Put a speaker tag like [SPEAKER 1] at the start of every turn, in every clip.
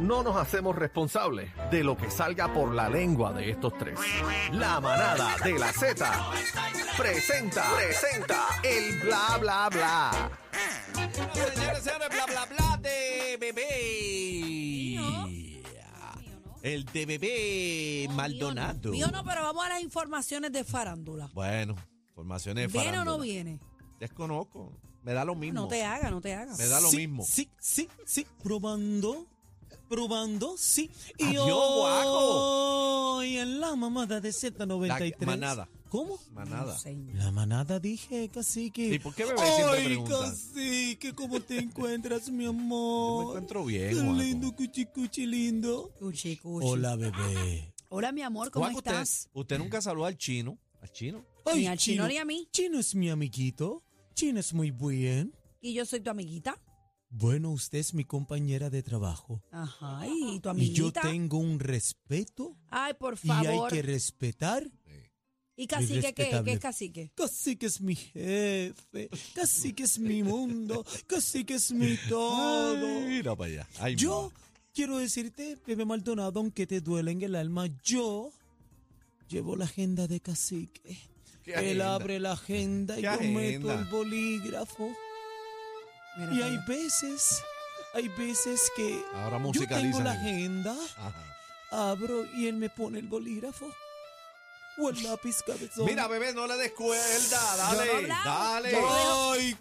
[SPEAKER 1] no nos hacemos responsables de lo que salga por la lengua de estos tres. La manada de la Z presenta, presenta el bla bla bla.
[SPEAKER 2] Señores, señores, bla bla bla de bebé. El de bebé Maldonado.
[SPEAKER 3] Mío no, pero vamos a las informaciones de farándula.
[SPEAKER 2] Bueno, formaciones de
[SPEAKER 3] ¿Viene o no
[SPEAKER 2] farándula.
[SPEAKER 3] viene?
[SPEAKER 2] Desconozco. Me da lo mismo.
[SPEAKER 3] No te haga, no te haga.
[SPEAKER 2] Me da lo
[SPEAKER 4] sí,
[SPEAKER 2] mismo.
[SPEAKER 4] Sí, sí, sí, probando, probando, sí. Y
[SPEAKER 2] Adiós, guaco.
[SPEAKER 4] hoy en la mamada de Z93.
[SPEAKER 2] La manada.
[SPEAKER 4] ¿Cómo?
[SPEAKER 2] Manada.
[SPEAKER 3] No, señor.
[SPEAKER 4] La manada dije, cacique.
[SPEAKER 2] ¿Y por qué bebé siempre
[SPEAKER 4] Ay,
[SPEAKER 2] pregunta?
[SPEAKER 4] cacique, ¿cómo te encuentras, mi
[SPEAKER 2] Yo
[SPEAKER 4] amor?
[SPEAKER 2] me encuentro bien,
[SPEAKER 4] Qué
[SPEAKER 2] guaco.
[SPEAKER 4] lindo, cuchi, cuchi, lindo.
[SPEAKER 3] Cuchi, cuchi.
[SPEAKER 4] Hola, bebé.
[SPEAKER 3] Hola, mi amor, ¿cómo
[SPEAKER 2] Guaco, usted,
[SPEAKER 3] estás?
[SPEAKER 2] usted nunca saludó al chino. Al chino.
[SPEAKER 4] Ay,
[SPEAKER 3] Ni al chino ni a mí.
[SPEAKER 4] Chino es mi amiguito. Chino es muy bien.
[SPEAKER 3] Y yo soy tu amiguita.
[SPEAKER 4] Bueno, usted es mi compañera de trabajo.
[SPEAKER 3] Ajá, y tu
[SPEAKER 4] Y
[SPEAKER 3] amiguita.
[SPEAKER 4] yo tengo un respeto
[SPEAKER 3] Ay, por
[SPEAKER 4] y hay
[SPEAKER 3] favor.
[SPEAKER 4] que respetar.
[SPEAKER 3] ¿Y cacique qué? ¿Qué
[SPEAKER 4] Irrespetable.
[SPEAKER 3] es cacique?
[SPEAKER 4] Casi que es mi jefe, casi que es mi mundo, casi que es mi todo.
[SPEAKER 2] Mira para allá. Ay,
[SPEAKER 4] Yo
[SPEAKER 2] mamá.
[SPEAKER 4] quiero decirte, Pepe Maldonado, aunque te duele en el alma, yo llevo la agenda de cacique.
[SPEAKER 2] ¿Qué
[SPEAKER 4] Él
[SPEAKER 2] agenda?
[SPEAKER 4] abre la agenda y
[SPEAKER 2] ¿Qué
[SPEAKER 4] yo meto
[SPEAKER 2] agenda?
[SPEAKER 4] el bolígrafo.
[SPEAKER 3] Mira
[SPEAKER 4] Y
[SPEAKER 3] para
[SPEAKER 4] hay
[SPEAKER 3] allá.
[SPEAKER 4] veces, hay veces que
[SPEAKER 2] Ahora
[SPEAKER 4] yo tengo
[SPEAKER 2] musicalizan.
[SPEAKER 4] la agenda,
[SPEAKER 2] Ajá.
[SPEAKER 4] abro y él me pone el bolígrafo. O el lápiz cabezón.
[SPEAKER 2] Mira, bebé, no le des cuerda.
[SPEAKER 3] Yo no
[SPEAKER 2] Dale,
[SPEAKER 3] hablaba.
[SPEAKER 2] dale.
[SPEAKER 3] Yo no dejo-
[SPEAKER 4] ¡Ay,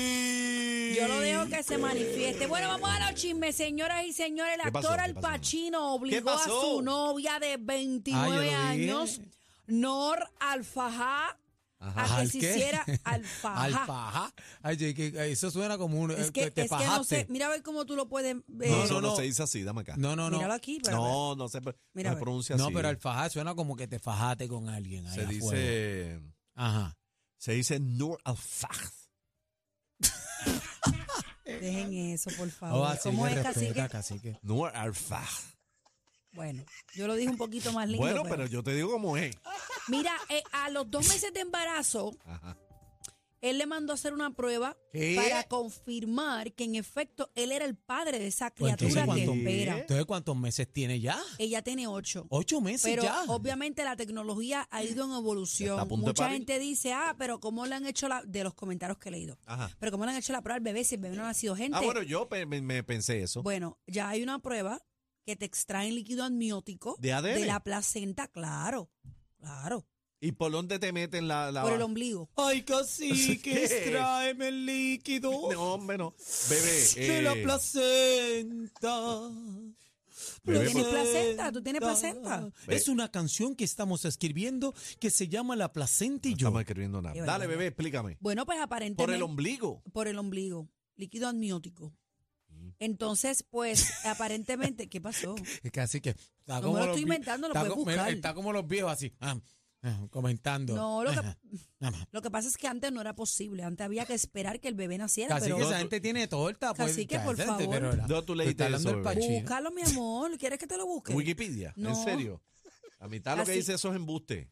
[SPEAKER 4] casi!
[SPEAKER 3] Yo lo dejo que se manifieste. Bueno, vamos a los chismes, señoras y señores. El
[SPEAKER 2] ¿Qué pasó?
[SPEAKER 3] actor
[SPEAKER 2] ¿Qué
[SPEAKER 3] Al
[SPEAKER 2] pasó?
[SPEAKER 3] Pacino obligó a
[SPEAKER 2] pasó?
[SPEAKER 3] su novia de 29
[SPEAKER 4] Ah, yo lo vi.
[SPEAKER 3] años, Nor Alfajá, a que
[SPEAKER 4] ¿Al
[SPEAKER 3] se
[SPEAKER 4] qué?
[SPEAKER 3] hiciera alfajá.
[SPEAKER 4] Alfaja. Ay, oye, que eso suena como un.
[SPEAKER 3] Es
[SPEAKER 4] eh,
[SPEAKER 3] que,
[SPEAKER 4] te
[SPEAKER 3] es que no
[SPEAKER 4] fajaste.
[SPEAKER 3] sé. Mira a ver cómo tú lo puedes ver.
[SPEAKER 2] No,
[SPEAKER 4] No,
[SPEAKER 2] eso no,
[SPEAKER 4] no, no.
[SPEAKER 2] se dice así, dame acá.
[SPEAKER 4] No, no, no.
[SPEAKER 3] Míralo aquí. para ver.
[SPEAKER 2] no, no se, no
[SPEAKER 3] Mira, pues. a
[SPEAKER 2] se
[SPEAKER 3] ver.
[SPEAKER 2] pronuncia
[SPEAKER 4] No,
[SPEAKER 2] así.
[SPEAKER 4] pero alfaja suena como que te fajaste con alguien.
[SPEAKER 2] se
[SPEAKER 4] allá afuera.
[SPEAKER 2] dice.
[SPEAKER 4] Ajá.
[SPEAKER 2] Se dice Nur al-Fajr.
[SPEAKER 3] Dejen eso, por favor.
[SPEAKER 4] Oh, así
[SPEAKER 3] ¿Cómo
[SPEAKER 4] que
[SPEAKER 3] es
[SPEAKER 4] respeta,
[SPEAKER 3] cacique?
[SPEAKER 4] cacique.
[SPEAKER 2] Nur al-Fajr.
[SPEAKER 3] Bueno, yo lo dije un poquito más lindo. pues.
[SPEAKER 2] Bueno,
[SPEAKER 3] pero-
[SPEAKER 2] pero yo te digo cómo es.
[SPEAKER 3] Mira, eh, a los dos meses de embarazo,
[SPEAKER 2] Ajá.
[SPEAKER 3] él le mandó a hacer una prueba
[SPEAKER 2] ¿Qué?
[SPEAKER 3] para confirmar que en efecto él era el padre de esa
[SPEAKER 4] Pues entonces,
[SPEAKER 3] criatura que
[SPEAKER 4] ¿cuánto-
[SPEAKER 3] espera.
[SPEAKER 4] Entonces, ¿cuántos meses tiene ya?
[SPEAKER 3] Ella tiene ocho.
[SPEAKER 2] Oh,
[SPEAKER 4] Ocho meses
[SPEAKER 3] Pero
[SPEAKER 4] ya.
[SPEAKER 3] obviamente la tecnología ha ido en
[SPEAKER 2] Está a
[SPEAKER 3] evolución.
[SPEAKER 2] punto de
[SPEAKER 3] Mucha
[SPEAKER 2] parir.
[SPEAKER 3] gente dice, ah, pero ¿cómo le han hecho la... de los comentarios que he leído?
[SPEAKER 2] Ajá.
[SPEAKER 3] Pero ¿cómo le han hecho la prueba al bebé si el bebé no ha nacido gente?
[SPEAKER 2] Ah, bueno, yo pe- me, me pensé eso.
[SPEAKER 3] Bueno, ya hay una prueba que te extraen líquido amniótico
[SPEAKER 2] ¿De ADN?
[SPEAKER 3] la placenta, claro, claro,
[SPEAKER 2] ¿Y por dónde te meten la.? la
[SPEAKER 3] por el ombligo.
[SPEAKER 4] Ay, cacique,
[SPEAKER 2] ¿Qué?
[SPEAKER 4] extráeme el líquido.
[SPEAKER 2] No, hombre, no. Bebé.
[SPEAKER 4] De la
[SPEAKER 2] eh,
[SPEAKER 4] placenta.
[SPEAKER 2] Bebé, pues.
[SPEAKER 3] ¿Tú tienes placenta? ¿Tú tienes placenta?
[SPEAKER 4] Es una canción que estamos escribiendo que se llama La placenta
[SPEAKER 2] no
[SPEAKER 4] y yo.
[SPEAKER 2] estamos escribiendo nada.
[SPEAKER 3] Qué
[SPEAKER 2] Dale,
[SPEAKER 3] barbaridad.
[SPEAKER 2] bebé, explícame.
[SPEAKER 3] Bueno, pues aparentemente
[SPEAKER 2] Por el ombligo.
[SPEAKER 3] por el ombligo, líquido amniótico. Entonces, pues aparentemente, ¿qué pasó?
[SPEAKER 4] Es que así que está
[SPEAKER 3] No me lo estoy
[SPEAKER 4] vie-
[SPEAKER 3] inventando, lo
[SPEAKER 4] está
[SPEAKER 3] puedes
[SPEAKER 4] como- mira,
[SPEAKER 3] buscar.
[SPEAKER 4] está como los viejos así, ah, ah, comentando.
[SPEAKER 3] No, lo que-
[SPEAKER 4] Ajá, ajá.
[SPEAKER 3] Lo que pasa es que antes no era posible, antes había que esperar que el bebé naciera,
[SPEAKER 4] Así
[SPEAKER 3] pero
[SPEAKER 4] que esa gente tiene torta. Pues,
[SPEAKER 3] Cacique, por
[SPEAKER 4] esa gente,
[SPEAKER 3] favor.
[SPEAKER 4] pero la-
[SPEAKER 2] No, tú leíste
[SPEAKER 4] está hablando
[SPEAKER 2] eso,
[SPEAKER 4] el
[SPEAKER 2] bebé.
[SPEAKER 4] Pachino.
[SPEAKER 3] búscalo, mi amor, ¿quieres que te lo busque?
[SPEAKER 2] Wikipedia.
[SPEAKER 3] No.
[SPEAKER 2] En serio. A mitad lo que
[SPEAKER 3] Así-
[SPEAKER 2] dice eso es embuste.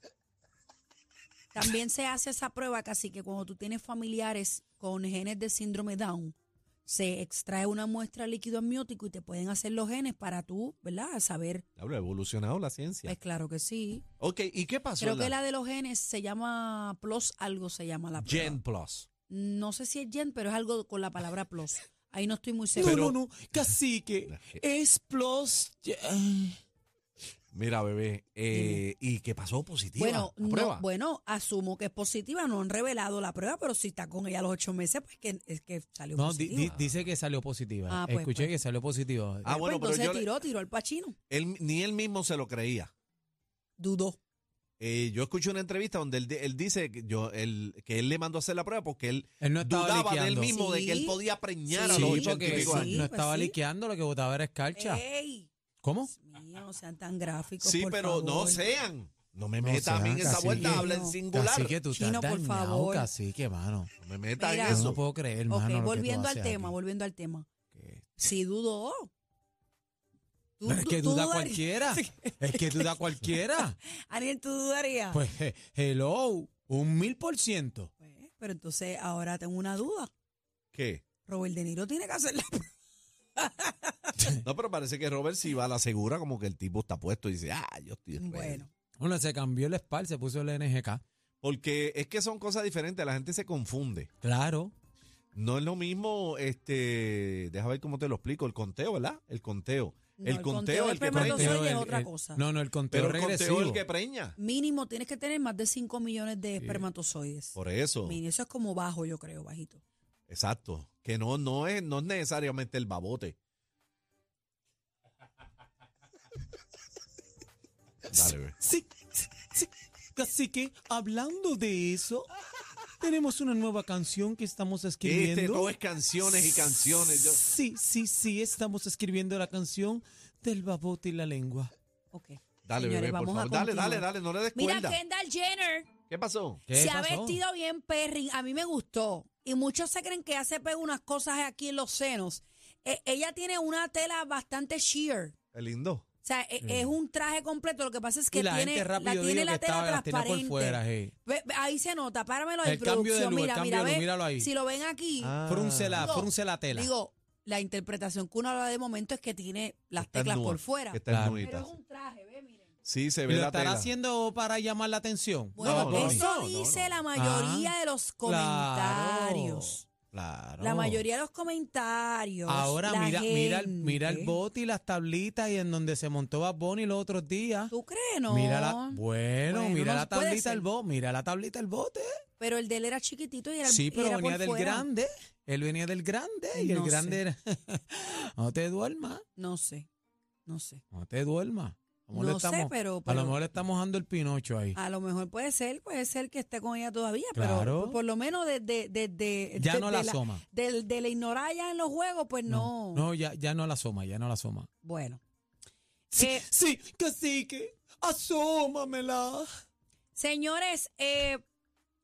[SPEAKER 3] También se hace esa prueba casi que cuando tú tienes familiares con genes de síndrome Down, se extrae una muestra de líquido amniótico y te pueden hacer los genes para tú, ¿verdad? Saber.
[SPEAKER 2] Hablo, ha evolucionado la ciencia.
[SPEAKER 3] Pues claro que sí.
[SPEAKER 2] Ok, ¿y qué pasó?
[SPEAKER 3] Creo
[SPEAKER 2] en
[SPEAKER 3] que la de los genes se llama plus, algo se llama la prueba.
[SPEAKER 2] Gen Plus.
[SPEAKER 3] No sé si es gen, pero es algo con la palabra plus. Ahí no estoy muy
[SPEAKER 4] No,
[SPEAKER 3] seguro.
[SPEAKER 4] no, no, cacique, es plus. ya-
[SPEAKER 2] Mira, bebé, eh, ¿y qué pasó positiva?
[SPEAKER 3] Bueno,
[SPEAKER 2] la
[SPEAKER 3] no,
[SPEAKER 2] prueba?
[SPEAKER 3] bueno, asumo que es positiva, no han revelado la prueba, pero si está con ella a los ocho meses, pues que, es que salió
[SPEAKER 4] No, di-
[SPEAKER 3] positiva. Pues
[SPEAKER 4] di- dice que salió positiva.
[SPEAKER 3] Ah, pues,
[SPEAKER 4] Escuché
[SPEAKER 3] pues.
[SPEAKER 4] que salió positiva.
[SPEAKER 2] Ah,
[SPEAKER 3] Pues
[SPEAKER 2] bueno, pero
[SPEAKER 3] entonces
[SPEAKER 2] yo le-
[SPEAKER 3] tiró, tiró al pachino.
[SPEAKER 2] él- ni él mismo se lo creía.
[SPEAKER 3] Dudó.
[SPEAKER 2] Eh, yo escuché una entrevista donde él, di- él dice que, yo, él, que él le mandó a hacer la prueba porque él
[SPEAKER 4] Él no estaba
[SPEAKER 2] dudaba de él
[SPEAKER 4] liqueando.
[SPEAKER 2] mismo de que él
[SPEAKER 3] Sí.
[SPEAKER 2] podía preñar a
[SPEAKER 3] Sí,
[SPEAKER 2] los
[SPEAKER 4] Sí,
[SPEAKER 2] ochenta y
[SPEAKER 4] porque
[SPEAKER 2] pico
[SPEAKER 3] sí.
[SPEAKER 2] años.
[SPEAKER 4] no
[SPEAKER 3] pues
[SPEAKER 4] estaba
[SPEAKER 3] sí. Eh,
[SPEAKER 4] liqueando, lo que botaba era escarcha.
[SPEAKER 3] ¡Ey!
[SPEAKER 4] ¿Cómo?
[SPEAKER 3] Dios mío, no sean tan gráficos.
[SPEAKER 2] Sí,
[SPEAKER 3] por
[SPEAKER 2] pero no
[SPEAKER 3] favor.
[SPEAKER 2] sean. No me
[SPEAKER 4] No
[SPEAKER 2] metas a mí en
[SPEAKER 4] sean,
[SPEAKER 2] esa
[SPEAKER 4] cacique.
[SPEAKER 2] vuelta, habla en
[SPEAKER 3] No.
[SPEAKER 2] singular.
[SPEAKER 4] Cacique, tú
[SPEAKER 3] Chino,
[SPEAKER 4] estás
[SPEAKER 3] por
[SPEAKER 4] dañado,
[SPEAKER 3] favor.
[SPEAKER 4] cacique, mano.
[SPEAKER 2] No me metas
[SPEAKER 3] Mira.
[SPEAKER 2] en
[SPEAKER 4] Yo
[SPEAKER 2] eso.
[SPEAKER 4] no puedo creer,
[SPEAKER 3] Ok,
[SPEAKER 4] mano. lo que tú
[SPEAKER 3] volviendo al
[SPEAKER 4] haces
[SPEAKER 3] tema,
[SPEAKER 4] aquí. este
[SPEAKER 3] volviendo al tema.
[SPEAKER 2] ¿Qué?
[SPEAKER 3] Sí, dudó. Tú-
[SPEAKER 4] Pero es
[SPEAKER 3] tú-
[SPEAKER 4] que
[SPEAKER 3] tú
[SPEAKER 4] duda
[SPEAKER 3] dudarías-
[SPEAKER 4] cualquiera. Es que duda cualquiera.
[SPEAKER 3] Ariel, tú dudarías.
[SPEAKER 4] Pues, eh, hello, un mil por ciento.
[SPEAKER 3] Pues, pero entonces ahora tengo una duda.
[SPEAKER 2] ¿Qué?
[SPEAKER 3] Robert De Niro tiene que hacer la prueba.
[SPEAKER 2] No, pero parece que Robert si va a la segura, como que el tipo está puesto y dice, ah, yo estoy ready".
[SPEAKER 3] Bueno,
[SPEAKER 4] Bueno, se cambió el SPAL, se puso el NGK.
[SPEAKER 2] Porque es que son cosas diferentes, la gente se confunde.
[SPEAKER 4] Claro.
[SPEAKER 2] No es lo mismo, este, deja ver cómo te lo explico, el conteo, ¿verdad? El conteo.
[SPEAKER 3] no,
[SPEAKER 2] el conteo,
[SPEAKER 3] de
[SPEAKER 2] el que
[SPEAKER 3] espermatozoides
[SPEAKER 2] preña.
[SPEAKER 4] Pero
[SPEAKER 3] es
[SPEAKER 4] el-
[SPEAKER 3] otra
[SPEAKER 4] el-
[SPEAKER 3] cosa.
[SPEAKER 4] No, no, el conteo
[SPEAKER 2] Pero el
[SPEAKER 4] regresivo.
[SPEAKER 2] conteo es el que preña.
[SPEAKER 3] Mínimo tienes que tener más de 5 millones de espermatozoides.
[SPEAKER 2] Por eso.
[SPEAKER 3] Mínimo, eso es como bajo, yo creo, bajito.
[SPEAKER 2] Exacto. Que no, no es, no es necesariamente el babote. Dale, güey.
[SPEAKER 4] Sí, sí, sí. Así que, hablando de eso, tenemos una nueva canción que estamos
[SPEAKER 2] Que
[SPEAKER 4] escribiendo.
[SPEAKER 2] Este todo es canciones y canciones. Yo-
[SPEAKER 4] Sí, sí, sí, estamos escribiendo la canción del babote y la lengua.
[SPEAKER 3] Ok.
[SPEAKER 2] Dale,
[SPEAKER 3] Señores,
[SPEAKER 2] bebé, por
[SPEAKER 3] vamos a
[SPEAKER 2] favor. Dale,
[SPEAKER 3] continuar.
[SPEAKER 2] dale, dale, no le des
[SPEAKER 3] Mira,
[SPEAKER 2] cuerda.
[SPEAKER 3] Kendall Jenner
[SPEAKER 2] ¿Qué pasó?
[SPEAKER 4] ¿Qué
[SPEAKER 3] se ha
[SPEAKER 4] pasó?
[SPEAKER 3] vestido bien perry. A mí me gustó. Y muchos se creen que hace pega unas cosas aquí en los senos. Eh, ella tiene una tela bastante sheer.
[SPEAKER 2] Qué lindo.
[SPEAKER 3] O sea, e-
[SPEAKER 4] Sí.
[SPEAKER 3] es un traje completo. Lo que pasa es que
[SPEAKER 4] y la
[SPEAKER 3] tiene
[SPEAKER 4] gente
[SPEAKER 3] la,
[SPEAKER 4] rápido
[SPEAKER 3] tiene
[SPEAKER 4] dijo
[SPEAKER 3] la
[SPEAKER 4] que
[SPEAKER 3] tela
[SPEAKER 4] estaba las tenía
[SPEAKER 3] transparente.
[SPEAKER 4] por fuera. hey.
[SPEAKER 3] Ve- ve- ahí se nota, páramelo ahí,
[SPEAKER 4] El cambio de
[SPEAKER 3] producción.
[SPEAKER 4] luz, el
[SPEAKER 3] mira,
[SPEAKER 4] cambio
[SPEAKER 3] mira,
[SPEAKER 4] de luz,
[SPEAKER 3] ve.
[SPEAKER 4] míralo ahí. Ah.
[SPEAKER 3] Si lo ven aquí,
[SPEAKER 4] Frúncela,
[SPEAKER 3] Digo,
[SPEAKER 4] frúncela tela.
[SPEAKER 3] digo, la interpretación que uno habla de momento es que tiene las
[SPEAKER 2] Está
[SPEAKER 3] teclas
[SPEAKER 2] nua,
[SPEAKER 3] por fuera.
[SPEAKER 2] que está
[SPEAKER 4] Claro.
[SPEAKER 3] Pero
[SPEAKER 2] nudita.
[SPEAKER 3] es un traje, ve, miren.
[SPEAKER 2] Sí, se
[SPEAKER 4] ¿Y
[SPEAKER 2] ve
[SPEAKER 4] ¿Lo
[SPEAKER 2] la
[SPEAKER 4] estará
[SPEAKER 2] tela.
[SPEAKER 4] haciendo para llamar la atención?
[SPEAKER 3] Bueno,
[SPEAKER 2] No, no,
[SPEAKER 3] eso
[SPEAKER 2] no, no,
[SPEAKER 3] dice
[SPEAKER 2] no.
[SPEAKER 3] la mayoría
[SPEAKER 4] Ah,
[SPEAKER 3] de los
[SPEAKER 4] claro.
[SPEAKER 3] comentarios.
[SPEAKER 2] Claro.
[SPEAKER 3] La mayoría de los comentarios.
[SPEAKER 4] Ahora
[SPEAKER 3] la
[SPEAKER 4] mira, mira, el-
[SPEAKER 3] gente.
[SPEAKER 4] mira el bote y las tablitas y en donde se montó Bad Bunny los otros días.
[SPEAKER 3] ¿Tú crees, no?
[SPEAKER 4] Mira la, bueno,
[SPEAKER 3] Bueno,
[SPEAKER 4] mira
[SPEAKER 3] no
[SPEAKER 4] la
[SPEAKER 3] puede
[SPEAKER 4] tablita
[SPEAKER 3] ser.
[SPEAKER 4] el bote, mira la tablita el bote.
[SPEAKER 3] Pero el de él era chiquitito y era
[SPEAKER 4] Sí,
[SPEAKER 3] y
[SPEAKER 4] pero
[SPEAKER 3] era
[SPEAKER 4] venía
[SPEAKER 3] por
[SPEAKER 4] del
[SPEAKER 3] fuera.
[SPEAKER 4] grande. Él venía del grande y el
[SPEAKER 3] No sé.
[SPEAKER 4] grande era. no te duermas,
[SPEAKER 3] No sé, no sé.
[SPEAKER 4] no te duermas. A lo mejor
[SPEAKER 3] No
[SPEAKER 4] le
[SPEAKER 3] sé,
[SPEAKER 4] estamos-
[SPEAKER 3] pero-
[SPEAKER 4] A
[SPEAKER 3] pero- Ah,
[SPEAKER 4] lo mejor le estamos dando el pinocho ahí.
[SPEAKER 3] A lo mejor puede ser, puede ser que esté con ella todavía, pero
[SPEAKER 4] Claro.
[SPEAKER 3] por, por lo menos desde de, de-
[SPEAKER 4] ya
[SPEAKER 3] de-
[SPEAKER 4] no
[SPEAKER 3] de
[SPEAKER 4] la asoma.
[SPEAKER 3] del- de la ignorancia en los juegos, pues no.
[SPEAKER 4] No, ya, ya no la asoma, ya no la asoma.
[SPEAKER 3] Bueno,
[SPEAKER 4] Sí,
[SPEAKER 3] Eh,
[SPEAKER 4] sí, cacique, asómamela.
[SPEAKER 3] señores, eh,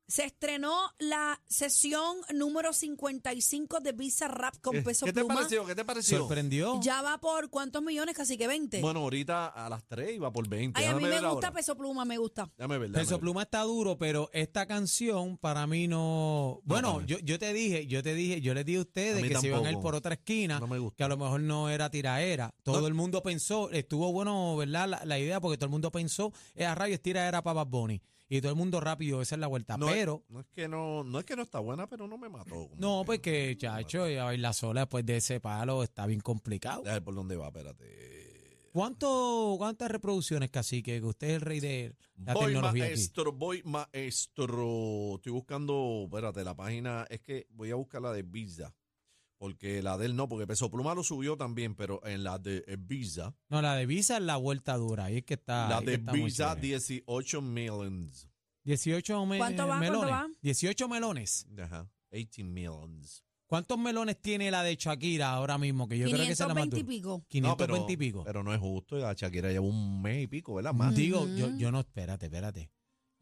[SPEAKER 3] se estrenó la sesión número 55 de Visa Rap con
[SPEAKER 2] ¿Qué-
[SPEAKER 3] peso
[SPEAKER 2] Eh, ¿Qué te
[SPEAKER 3] pluma.
[SPEAKER 2] pareció? ¿Qué te pareció?
[SPEAKER 4] Sorprendió.
[SPEAKER 3] Ya va por cuántos millones, casi que 20.
[SPEAKER 2] Bueno, ahorita a las 3 iba por 20.
[SPEAKER 3] Este. Ay, a mí
[SPEAKER 2] Déjame
[SPEAKER 3] me
[SPEAKER 2] ver
[SPEAKER 3] gusta
[SPEAKER 2] ahora.
[SPEAKER 3] peso pluma, me gusta.
[SPEAKER 2] Déjame ver. déjame
[SPEAKER 4] Peso
[SPEAKER 2] ver.
[SPEAKER 4] Pluma está duro, pero esta canción para mí no. Bueno,
[SPEAKER 2] para mí.
[SPEAKER 4] yo, yo te dije, yo te dije, yo les dije a ustedes
[SPEAKER 2] A mí
[SPEAKER 4] que se iban a ir
[SPEAKER 2] tampoco.
[SPEAKER 4] por otra esquina,
[SPEAKER 2] No me gusta.
[SPEAKER 4] que a lo mejor no era tiraera. Todo
[SPEAKER 2] No.
[SPEAKER 4] el mundo pensó, estuvo bueno, ¿verdad? La, la idea, porque todo el mundo pensó, eh, a rayos tiraera para Bad Bunny. Y todo el mundo rápido, esa es la vuelta.
[SPEAKER 2] No,
[SPEAKER 4] pero,
[SPEAKER 2] es, no es que no, no es que no está buena, pero no me mató. como
[SPEAKER 4] no,
[SPEAKER 2] que-
[SPEAKER 4] porque,
[SPEAKER 2] no me
[SPEAKER 4] chacho, a bailar sola después de ese palo está bien complicado.
[SPEAKER 2] mató. Déjame ver por dónde va, espérate.
[SPEAKER 4] ¿Cuánto, ¿Cuántas reproducciones, cacique? Que usted es el rey de la
[SPEAKER 2] Voy
[SPEAKER 4] tecnología. aquí?
[SPEAKER 2] maestro, voy maestro. Estoy buscando, espérate, la página, es que voy a buscar la de Visa. Porque la de él no, porque Peso Pluma lo subió también, pero en la de eh, Visa,
[SPEAKER 4] No, la de Visa es la vuelta dura. Ahí es que está.
[SPEAKER 2] la
[SPEAKER 4] ahí que
[SPEAKER 2] de
[SPEAKER 4] está muy
[SPEAKER 2] Visa
[SPEAKER 4] chévere.
[SPEAKER 2] 18 millions.
[SPEAKER 4] 18 me-
[SPEAKER 3] ¿Cuánto va? ¿Cuánto
[SPEAKER 4] melones.
[SPEAKER 3] va?
[SPEAKER 4] 18 melones.
[SPEAKER 2] Ajá, 18 millions.
[SPEAKER 4] ¿Cuántos melones tiene la de Shakira ahora mismo? Que yo creo que esa es la más
[SPEAKER 3] 520 y
[SPEAKER 4] dura.
[SPEAKER 3] pico.
[SPEAKER 2] No,
[SPEAKER 4] 520
[SPEAKER 2] pero-
[SPEAKER 4] y pico. Mm.
[SPEAKER 2] Pero no es justo, la Shakira lleva un mes y pico, ¿verdad? Más.
[SPEAKER 4] Digo,
[SPEAKER 3] Ujú.
[SPEAKER 4] yo, yo no, espérate, espérate.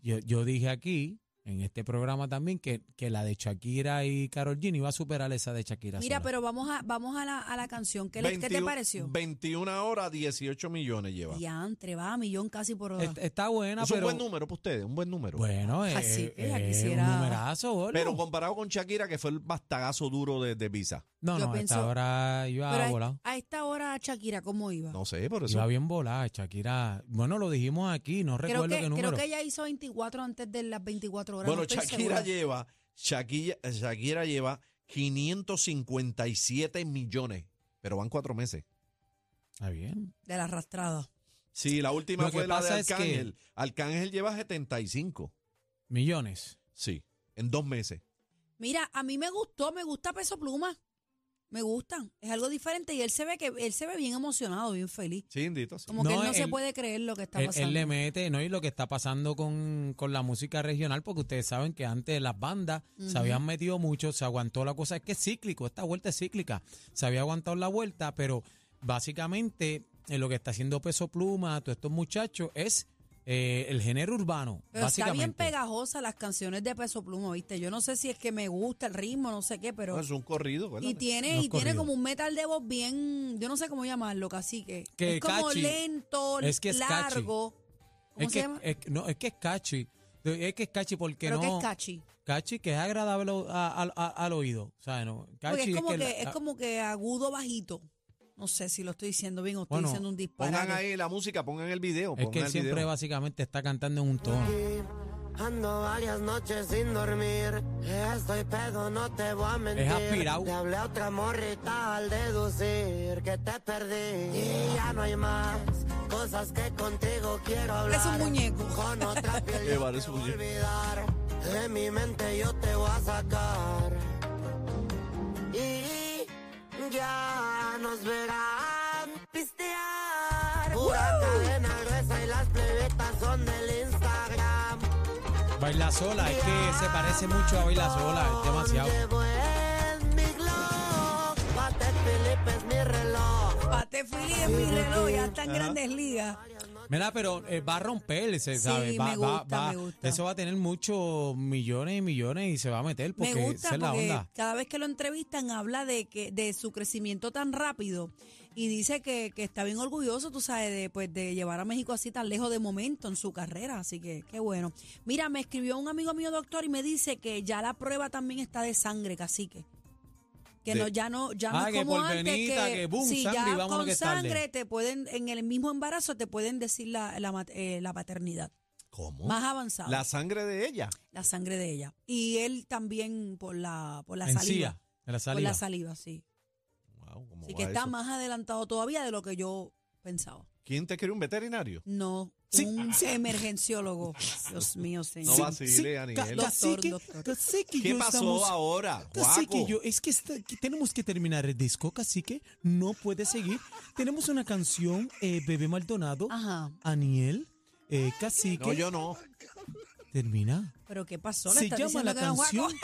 [SPEAKER 4] Yo, yo dije aquí, en este programa también, que, que la de Shakira y Carol G iba a superar esa de Shakira.
[SPEAKER 3] Mira,
[SPEAKER 4] sola.
[SPEAKER 3] pero vamos a, vamos a la, a la canción. ¿Qué, le- qué te
[SPEAKER 2] 21
[SPEAKER 3] pareció?
[SPEAKER 2] 21 horas, 18 millones lleva.
[SPEAKER 3] Diantre, va a millón casi por hora.
[SPEAKER 4] Est- está buena,
[SPEAKER 2] es un
[SPEAKER 4] pero.
[SPEAKER 2] buen número para ustedes, un buen número.
[SPEAKER 4] Bueno, es
[SPEAKER 3] Así que ya
[SPEAKER 4] es
[SPEAKER 3] pues, quisiera-
[SPEAKER 4] un numerazo, gordo.
[SPEAKER 2] Pero comparado con Shakira, que fue el bastagazo duro de, de Visa.
[SPEAKER 4] No,
[SPEAKER 3] Yo
[SPEAKER 4] no,
[SPEAKER 3] pienso-
[SPEAKER 4] hasta ahora
[SPEAKER 3] Pero
[SPEAKER 4] iba
[SPEAKER 3] a-
[SPEAKER 4] volado.
[SPEAKER 3] a, esta hora, Shakira, ¿cómo iba?
[SPEAKER 2] No sé, por eso.
[SPEAKER 4] Iba bien volada, Shakira. Bueno, lo dijimos aquí, no
[SPEAKER 3] creo,
[SPEAKER 4] recuerdo
[SPEAKER 3] que,
[SPEAKER 4] qué número.
[SPEAKER 3] creo que ella hizo 24 antes de las 24 horas.
[SPEAKER 2] Bueno,
[SPEAKER 3] no estoy
[SPEAKER 2] Shakira
[SPEAKER 3] segura.
[SPEAKER 2] lleva, Shakira, Shakira lleva 557 millones, pero van cuatro meses.
[SPEAKER 4] Está bien.
[SPEAKER 3] de la arrastrada.
[SPEAKER 2] Sí, la última
[SPEAKER 4] Lo que
[SPEAKER 2] fue la de
[SPEAKER 4] pasa es que-
[SPEAKER 2] Arcángel. Arcángel lleva 75.
[SPEAKER 4] Millones.
[SPEAKER 2] Sí, en dos meses.
[SPEAKER 3] Mira, a mí me gustó, me gusta Peso Pluma. Me gusta, es algo diferente y él se ve que él se ve bien emocionado, bien feliz.
[SPEAKER 2] Sí, indito, sí.
[SPEAKER 3] Como
[SPEAKER 4] No,
[SPEAKER 3] que él no se
[SPEAKER 4] él-
[SPEAKER 3] puede creer lo que está
[SPEAKER 4] Él,
[SPEAKER 3] pasando.
[SPEAKER 4] él le mete, ¿no? Y lo que está pasando con, con la música regional, porque ustedes saben que antes las bandas
[SPEAKER 3] Ujú.
[SPEAKER 4] se habían metido mucho, se aguantó la cosa. Es que es cíclico, esta vuelta es cíclica. Se había aguantado la vuelta, pero básicamente eh, lo que está haciendo Peso Pluma, todos estos muchachos, es eh, el género urbano.
[SPEAKER 3] Pero está
[SPEAKER 4] básicamente.
[SPEAKER 3] bien pegajosa las canciones de Peso Pluma, ¿viste? Yo no sé si es que me gusta el ritmo, no sé qué, pero
[SPEAKER 2] No, es un corrido, ¿verdad?
[SPEAKER 3] y tiene
[SPEAKER 4] No es
[SPEAKER 3] y tiene
[SPEAKER 4] corrido.
[SPEAKER 3] como un metal de voz bien, yo no sé cómo llamarlo, casi que
[SPEAKER 4] Que
[SPEAKER 3] es como
[SPEAKER 4] catchy.
[SPEAKER 3] lento,
[SPEAKER 4] Es que es catchy.
[SPEAKER 3] largo. ¿Cómo se
[SPEAKER 4] es que,
[SPEAKER 3] llama?
[SPEAKER 4] es que- no, es que es catchy. Es que es catchy porque
[SPEAKER 3] Creo
[SPEAKER 4] no.
[SPEAKER 3] que es catchy.
[SPEAKER 4] catchy, que es agradable a- a- a- al oído. O sea, no,
[SPEAKER 3] Porque
[SPEAKER 4] catchy
[SPEAKER 3] es como que,
[SPEAKER 4] la-
[SPEAKER 3] es
[SPEAKER 4] la-
[SPEAKER 3] como que agudo bajito. No sé si lo estoy diciendo bien o estoy
[SPEAKER 4] Bueno,
[SPEAKER 3] diciendo un disparate.
[SPEAKER 2] Pongan ahí la música, pongan el video.
[SPEAKER 4] Es que
[SPEAKER 2] pongan
[SPEAKER 4] él
[SPEAKER 2] el
[SPEAKER 4] siempre
[SPEAKER 2] video.
[SPEAKER 4] básicamente está cantando en un tono.
[SPEAKER 5] Ando varias noches sin dormir. Estoy pedo, no te voy a mentir.
[SPEAKER 4] Es aspirado.
[SPEAKER 5] Te hablé a otra morrita al deducir que te perdí. Y ya no hay más cosas que contigo quiero hablar.
[SPEAKER 3] Es un muñeco.
[SPEAKER 5] Con otra piel
[SPEAKER 2] Eh,
[SPEAKER 5] yo
[SPEAKER 2] vale, es
[SPEAKER 5] te
[SPEAKER 2] un
[SPEAKER 5] voy a
[SPEAKER 2] muñeco.
[SPEAKER 5] olvidar. De mi mente yo te voy a sacar. Y ya nos verán pistear. Pura cadena gruesa y las plebetas son del Instagram.
[SPEAKER 4] Baila sola, es que se parece mucho a Baila sola, es demasiado.
[SPEAKER 5] Llevo en mi Glock, Patek Philippe es mi reloj.
[SPEAKER 3] Pate Fili es mi reloj, ya están grandes ligas.
[SPEAKER 4] Mira, pero eh, va a romper, se
[SPEAKER 3] Sí,
[SPEAKER 4] sabe. Va,
[SPEAKER 3] me
[SPEAKER 4] va-
[SPEAKER 3] gusta,
[SPEAKER 4] va-
[SPEAKER 3] me gusta.
[SPEAKER 4] Eso va a tener muchos millones y millones y se va a meter porque
[SPEAKER 3] Me
[SPEAKER 4] esa
[SPEAKER 3] gusta
[SPEAKER 4] es la
[SPEAKER 3] porque
[SPEAKER 4] onda.
[SPEAKER 3] cada vez que lo entrevistan habla de que de su crecimiento tan rápido y dice que, que está bien orgulloso, tú sabes, de, pues, de llevar a México así tan lejos de momento en su carrera, así que qué bueno. Mira, me escribió un amigo mío doctor y me dice que ya la prueba también está de sangre, cacique. Que
[SPEAKER 2] De-
[SPEAKER 3] no, ya no, ya no
[SPEAKER 4] Ah,
[SPEAKER 3] es
[SPEAKER 4] que
[SPEAKER 3] como
[SPEAKER 4] por
[SPEAKER 3] antes
[SPEAKER 4] venita, que boom,
[SPEAKER 3] si
[SPEAKER 4] sangre y
[SPEAKER 3] ya
[SPEAKER 4] vámonos
[SPEAKER 3] con
[SPEAKER 4] que es tarde.
[SPEAKER 3] sangre te pueden, en el mismo embarazo te pueden decir la, la, mat- eh, la paternidad.
[SPEAKER 4] Oh.
[SPEAKER 2] ¿Cómo?
[SPEAKER 3] Más avanzada
[SPEAKER 2] La sangre de ella.
[SPEAKER 3] la sangre de ella. Y él también por la, por la saliva.
[SPEAKER 4] Encía, de la
[SPEAKER 3] Por
[SPEAKER 4] saliva.
[SPEAKER 3] la saliva, sí.
[SPEAKER 2] Wow, ¿cómo
[SPEAKER 3] Así
[SPEAKER 2] va
[SPEAKER 3] que está
[SPEAKER 2] eso?
[SPEAKER 3] más adelantado todavía de lo que yo pensaba.
[SPEAKER 2] ¿Quién te quiere un veterinario?
[SPEAKER 3] No, un emergenciólogo. Dios mío,
[SPEAKER 2] No
[SPEAKER 3] señor.
[SPEAKER 2] vacile, Aniel.
[SPEAKER 4] ca- cacique,
[SPEAKER 3] Doctor, doctor.
[SPEAKER 4] cacique,
[SPEAKER 2] ¿Qué
[SPEAKER 4] yo
[SPEAKER 2] pasó
[SPEAKER 4] estamos-
[SPEAKER 2] ahora?
[SPEAKER 4] Cacique,
[SPEAKER 2] Guaco?
[SPEAKER 4] yo, es Pues que, está- que tenemos que terminar el disco, Cacique. No puede seguir. Tenemos una canción, eh, Bebé Maldonado,
[SPEAKER 3] Ajá.
[SPEAKER 4] Aniel, eh, Cacique.
[SPEAKER 2] No, yo no.
[SPEAKER 4] Termina.
[SPEAKER 3] Pero ¿qué pasó? Le
[SPEAKER 4] Se
[SPEAKER 3] están
[SPEAKER 4] llama
[SPEAKER 3] diciendo
[SPEAKER 4] la
[SPEAKER 3] que no es guaco.
[SPEAKER 4] canción.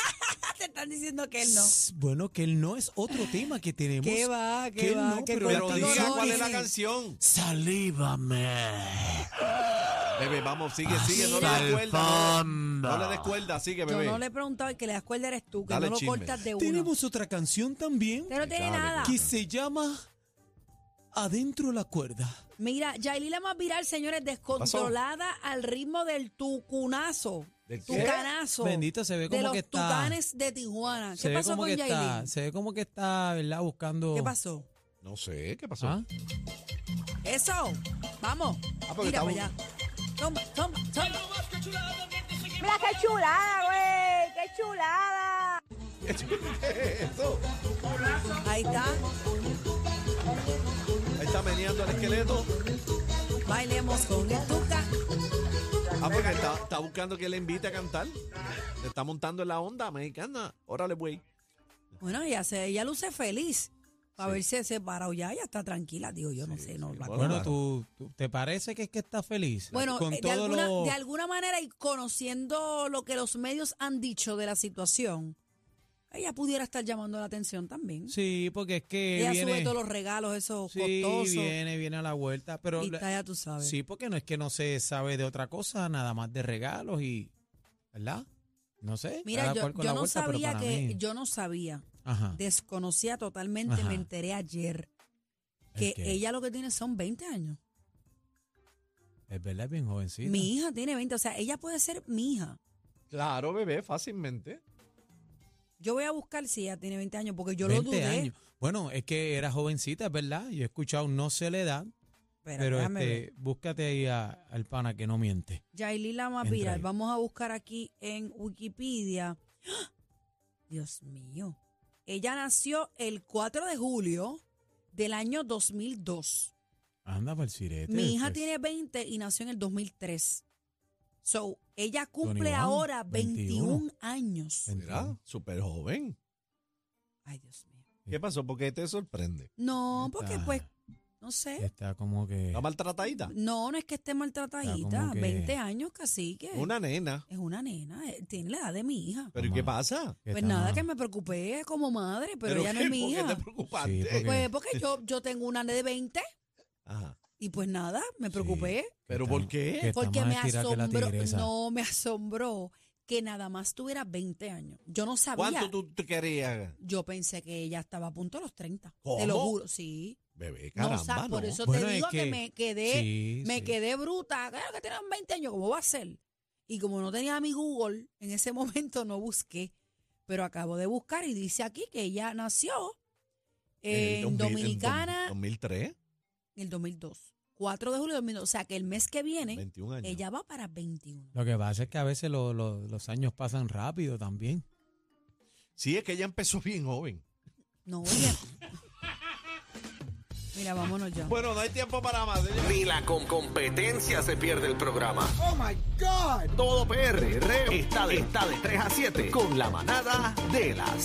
[SPEAKER 3] Te están diciendo que él no.
[SPEAKER 4] S- Bueno, que él no es otro tema que tenemos.
[SPEAKER 3] ¿Qué va? ¿Qué,
[SPEAKER 4] que él
[SPEAKER 3] va?
[SPEAKER 4] no,
[SPEAKER 3] ¿Qué
[SPEAKER 4] pero
[SPEAKER 2] Pero
[SPEAKER 4] la
[SPEAKER 3] contigo
[SPEAKER 2] diga
[SPEAKER 4] canción
[SPEAKER 2] cuál es
[SPEAKER 3] tiene?
[SPEAKER 2] la canción.
[SPEAKER 4] Salívame.
[SPEAKER 2] Bebé, vamos, sigue, sigue. No le
[SPEAKER 4] Hasta
[SPEAKER 2] des
[SPEAKER 4] el
[SPEAKER 2] cuerda.
[SPEAKER 4] fondo.
[SPEAKER 2] No, le- no le des cuerda, sigue,
[SPEAKER 3] Yo
[SPEAKER 2] bebé.
[SPEAKER 3] no le he preguntado y que le das cuerda eres tú, que
[SPEAKER 2] Dale
[SPEAKER 3] no lo
[SPEAKER 2] chisme.
[SPEAKER 3] cortas de uno.
[SPEAKER 4] Tenemos otra canción también
[SPEAKER 3] Usted no tiene
[SPEAKER 2] Dale,
[SPEAKER 3] nada.
[SPEAKER 4] que se llama Adentro la cuerda.
[SPEAKER 3] Mira, Yailin la más viral, señores, descontrolada al ritmo del tucunazo.
[SPEAKER 2] ¿Del qué?
[SPEAKER 3] tucanazo.
[SPEAKER 4] Bendito, se ve como
[SPEAKER 3] de los
[SPEAKER 4] que está-
[SPEAKER 3] tucanes de Tijuana. ¿Qué
[SPEAKER 4] se ve
[SPEAKER 3] pasó
[SPEAKER 4] como
[SPEAKER 3] con
[SPEAKER 4] que está,
[SPEAKER 3] Yailin?
[SPEAKER 4] se ve como que está, ¿verdad? Buscando
[SPEAKER 3] ¿Qué pasó?
[SPEAKER 2] No sé, ¿qué pasó?
[SPEAKER 4] ¿Ah?
[SPEAKER 3] Eso, vamos.
[SPEAKER 2] Ah, porque
[SPEAKER 3] Mira
[SPEAKER 2] está
[SPEAKER 3] para
[SPEAKER 2] bu-
[SPEAKER 3] allá. Toma, toma, toma.
[SPEAKER 6] Mira qué chulada, güey, qué chulada.
[SPEAKER 2] Eso.
[SPEAKER 3] Ahí está.
[SPEAKER 2] Ahí está meneando el esqueleto.
[SPEAKER 3] Bailemos con el tuca.
[SPEAKER 2] Ah, porque está, está buscando que le invite a cantar. Se está montando en la onda mexicana. Órale, güey.
[SPEAKER 3] Bueno, ella, se, ella luce feliz. A ver si se separó ya, ella está tranquila, digo yo, no sé, no la
[SPEAKER 2] bueno,
[SPEAKER 4] Bueno,
[SPEAKER 2] claro.
[SPEAKER 4] tú, tú- ¿te parece que es que está feliz?
[SPEAKER 3] Bueno,
[SPEAKER 4] con
[SPEAKER 3] eh, de,
[SPEAKER 4] todo
[SPEAKER 3] alguna,
[SPEAKER 4] lo-
[SPEAKER 3] de alguna manera y conociendo lo que los medios han dicho de la situación, ella pudiera estar llamando la atención también.
[SPEAKER 4] Sí, porque es que
[SPEAKER 3] ella
[SPEAKER 4] viene...
[SPEAKER 3] sube todos los regalos, esos
[SPEAKER 4] sí,
[SPEAKER 3] costosos.
[SPEAKER 4] viene, viene a la vuelta, pero...
[SPEAKER 3] y
[SPEAKER 4] la-
[SPEAKER 3] está, ya tú sabes.
[SPEAKER 4] Sí, porque no es que no se sabe de otra cosa, nada más de regalos y... ¿Verdad? No sé.
[SPEAKER 3] Mira,
[SPEAKER 4] cada
[SPEAKER 3] yo,
[SPEAKER 4] cual con
[SPEAKER 3] yo
[SPEAKER 4] la
[SPEAKER 3] no
[SPEAKER 4] vuelta, pero
[SPEAKER 3] sabía
[SPEAKER 4] para
[SPEAKER 3] que,
[SPEAKER 4] mí-
[SPEAKER 3] yo no sabía,
[SPEAKER 4] Ajá.
[SPEAKER 3] desconocía totalmente,
[SPEAKER 4] Ajá.
[SPEAKER 3] me enteré ayer
[SPEAKER 4] ¿El
[SPEAKER 3] que
[SPEAKER 4] qué?
[SPEAKER 3] ella lo que tiene son 20 años.
[SPEAKER 4] Es verdad, es bien jovencita.
[SPEAKER 3] Mi hija tiene 20, o sea, ella puede ser mi hija.
[SPEAKER 2] Claro, bebé, fácilmente.
[SPEAKER 3] Yo voy a buscar si ella tiene 20 años, porque yo lo
[SPEAKER 4] 20
[SPEAKER 3] dudé.
[SPEAKER 4] años. Bueno, es que era jovencita, es verdad. Yo he escuchado no se le da,
[SPEAKER 3] Espera,
[SPEAKER 4] pero
[SPEAKER 3] déjame ver.
[SPEAKER 4] este, búscate ahí a- al pana que no miente.
[SPEAKER 3] Yailila más
[SPEAKER 4] Entra
[SPEAKER 3] viral.
[SPEAKER 4] ahí.
[SPEAKER 3] Vamos a buscar aquí en Wikipedia. ¡Ah! Dios mío. Ella nació el 4 de julio del año 2002.
[SPEAKER 4] Anda para el sirete.
[SPEAKER 3] Mi hija
[SPEAKER 4] pues.
[SPEAKER 3] tiene 20 y nació en el 2003. So, ella cumple
[SPEAKER 4] 21,
[SPEAKER 3] ahora 21,
[SPEAKER 4] 21.
[SPEAKER 3] años.
[SPEAKER 2] Mira, súper joven.
[SPEAKER 3] Ay, Dios mío.
[SPEAKER 2] ¿Qué pasó? ¿Por qué te sorprende?
[SPEAKER 3] No, porque
[SPEAKER 4] Está-
[SPEAKER 3] pues, no sé.
[SPEAKER 4] Está como que...
[SPEAKER 2] ¿Está maltratadita?
[SPEAKER 3] No, no es que esté
[SPEAKER 4] Está
[SPEAKER 3] maltratadita.
[SPEAKER 4] como que-
[SPEAKER 3] 20 años casi que
[SPEAKER 2] Una nena.
[SPEAKER 3] es una nena. eh, Tiene la edad de mi hija.
[SPEAKER 2] ¿Pero ¿y
[SPEAKER 4] Mamá.
[SPEAKER 2] qué pasa?
[SPEAKER 4] que
[SPEAKER 3] Pues
[SPEAKER 4] está
[SPEAKER 3] nada,
[SPEAKER 4] más-
[SPEAKER 3] que me preocupé como madre, pero, ella no
[SPEAKER 2] qué?
[SPEAKER 3] es mi
[SPEAKER 2] ¿Por qué
[SPEAKER 3] hija.
[SPEAKER 2] te preocupaste?
[SPEAKER 4] Sí, porque-
[SPEAKER 3] Pues porque yo, yo tengo una de 20
[SPEAKER 2] Ajá.
[SPEAKER 3] y pues nada, me preocupé
[SPEAKER 4] que
[SPEAKER 2] ¿Pero
[SPEAKER 4] está-
[SPEAKER 2] por qué?
[SPEAKER 4] que está
[SPEAKER 3] porque
[SPEAKER 4] más
[SPEAKER 3] me
[SPEAKER 4] estirada que la
[SPEAKER 3] asombró,
[SPEAKER 4] tigresa.
[SPEAKER 3] no, me asombró que nada más tuviera 20 años. Yo no sabía.
[SPEAKER 2] ¿Cuánto tú, tú querías?
[SPEAKER 3] Yo pensé que ella estaba a punto de los 30. Te
[SPEAKER 2] ¿Cómo?
[SPEAKER 3] lo juro, sí.
[SPEAKER 2] Bebé,
[SPEAKER 3] No,
[SPEAKER 2] caramba,
[SPEAKER 3] o sea, por
[SPEAKER 2] no.
[SPEAKER 3] eso
[SPEAKER 4] Bueno,
[SPEAKER 3] te
[SPEAKER 4] es
[SPEAKER 3] digo que,
[SPEAKER 4] que-
[SPEAKER 3] me quedé
[SPEAKER 4] Sí,
[SPEAKER 3] me
[SPEAKER 4] sí.
[SPEAKER 3] quedé bruta. Claro que tenían 20 años, ¿cómo va a ser? Y como no tenía mi Google, en ese momento no busqué. Pero acabo de buscar y dice aquí que ella nació
[SPEAKER 2] El
[SPEAKER 3] en
[SPEAKER 2] 2000, el
[SPEAKER 3] Dominicana
[SPEAKER 2] 2003,
[SPEAKER 3] en el 2002. 4 de julio de 2002. O sea, que el mes que viene
[SPEAKER 2] 21 años.
[SPEAKER 3] ¿eh? ella va para 21.
[SPEAKER 4] Lo que pasa es que a veces lo- lo- los años pasan rápido también.
[SPEAKER 2] Sí, es que ella empezó bien joven.
[SPEAKER 3] No, oye. Mira, vámonos ya.
[SPEAKER 2] Bueno, no hay tiempo para más. señor.
[SPEAKER 1] Ni la con competencia se pierde el programa. Oh my God. Todo PR está de, está de 3 a 7 con la manada de la Z.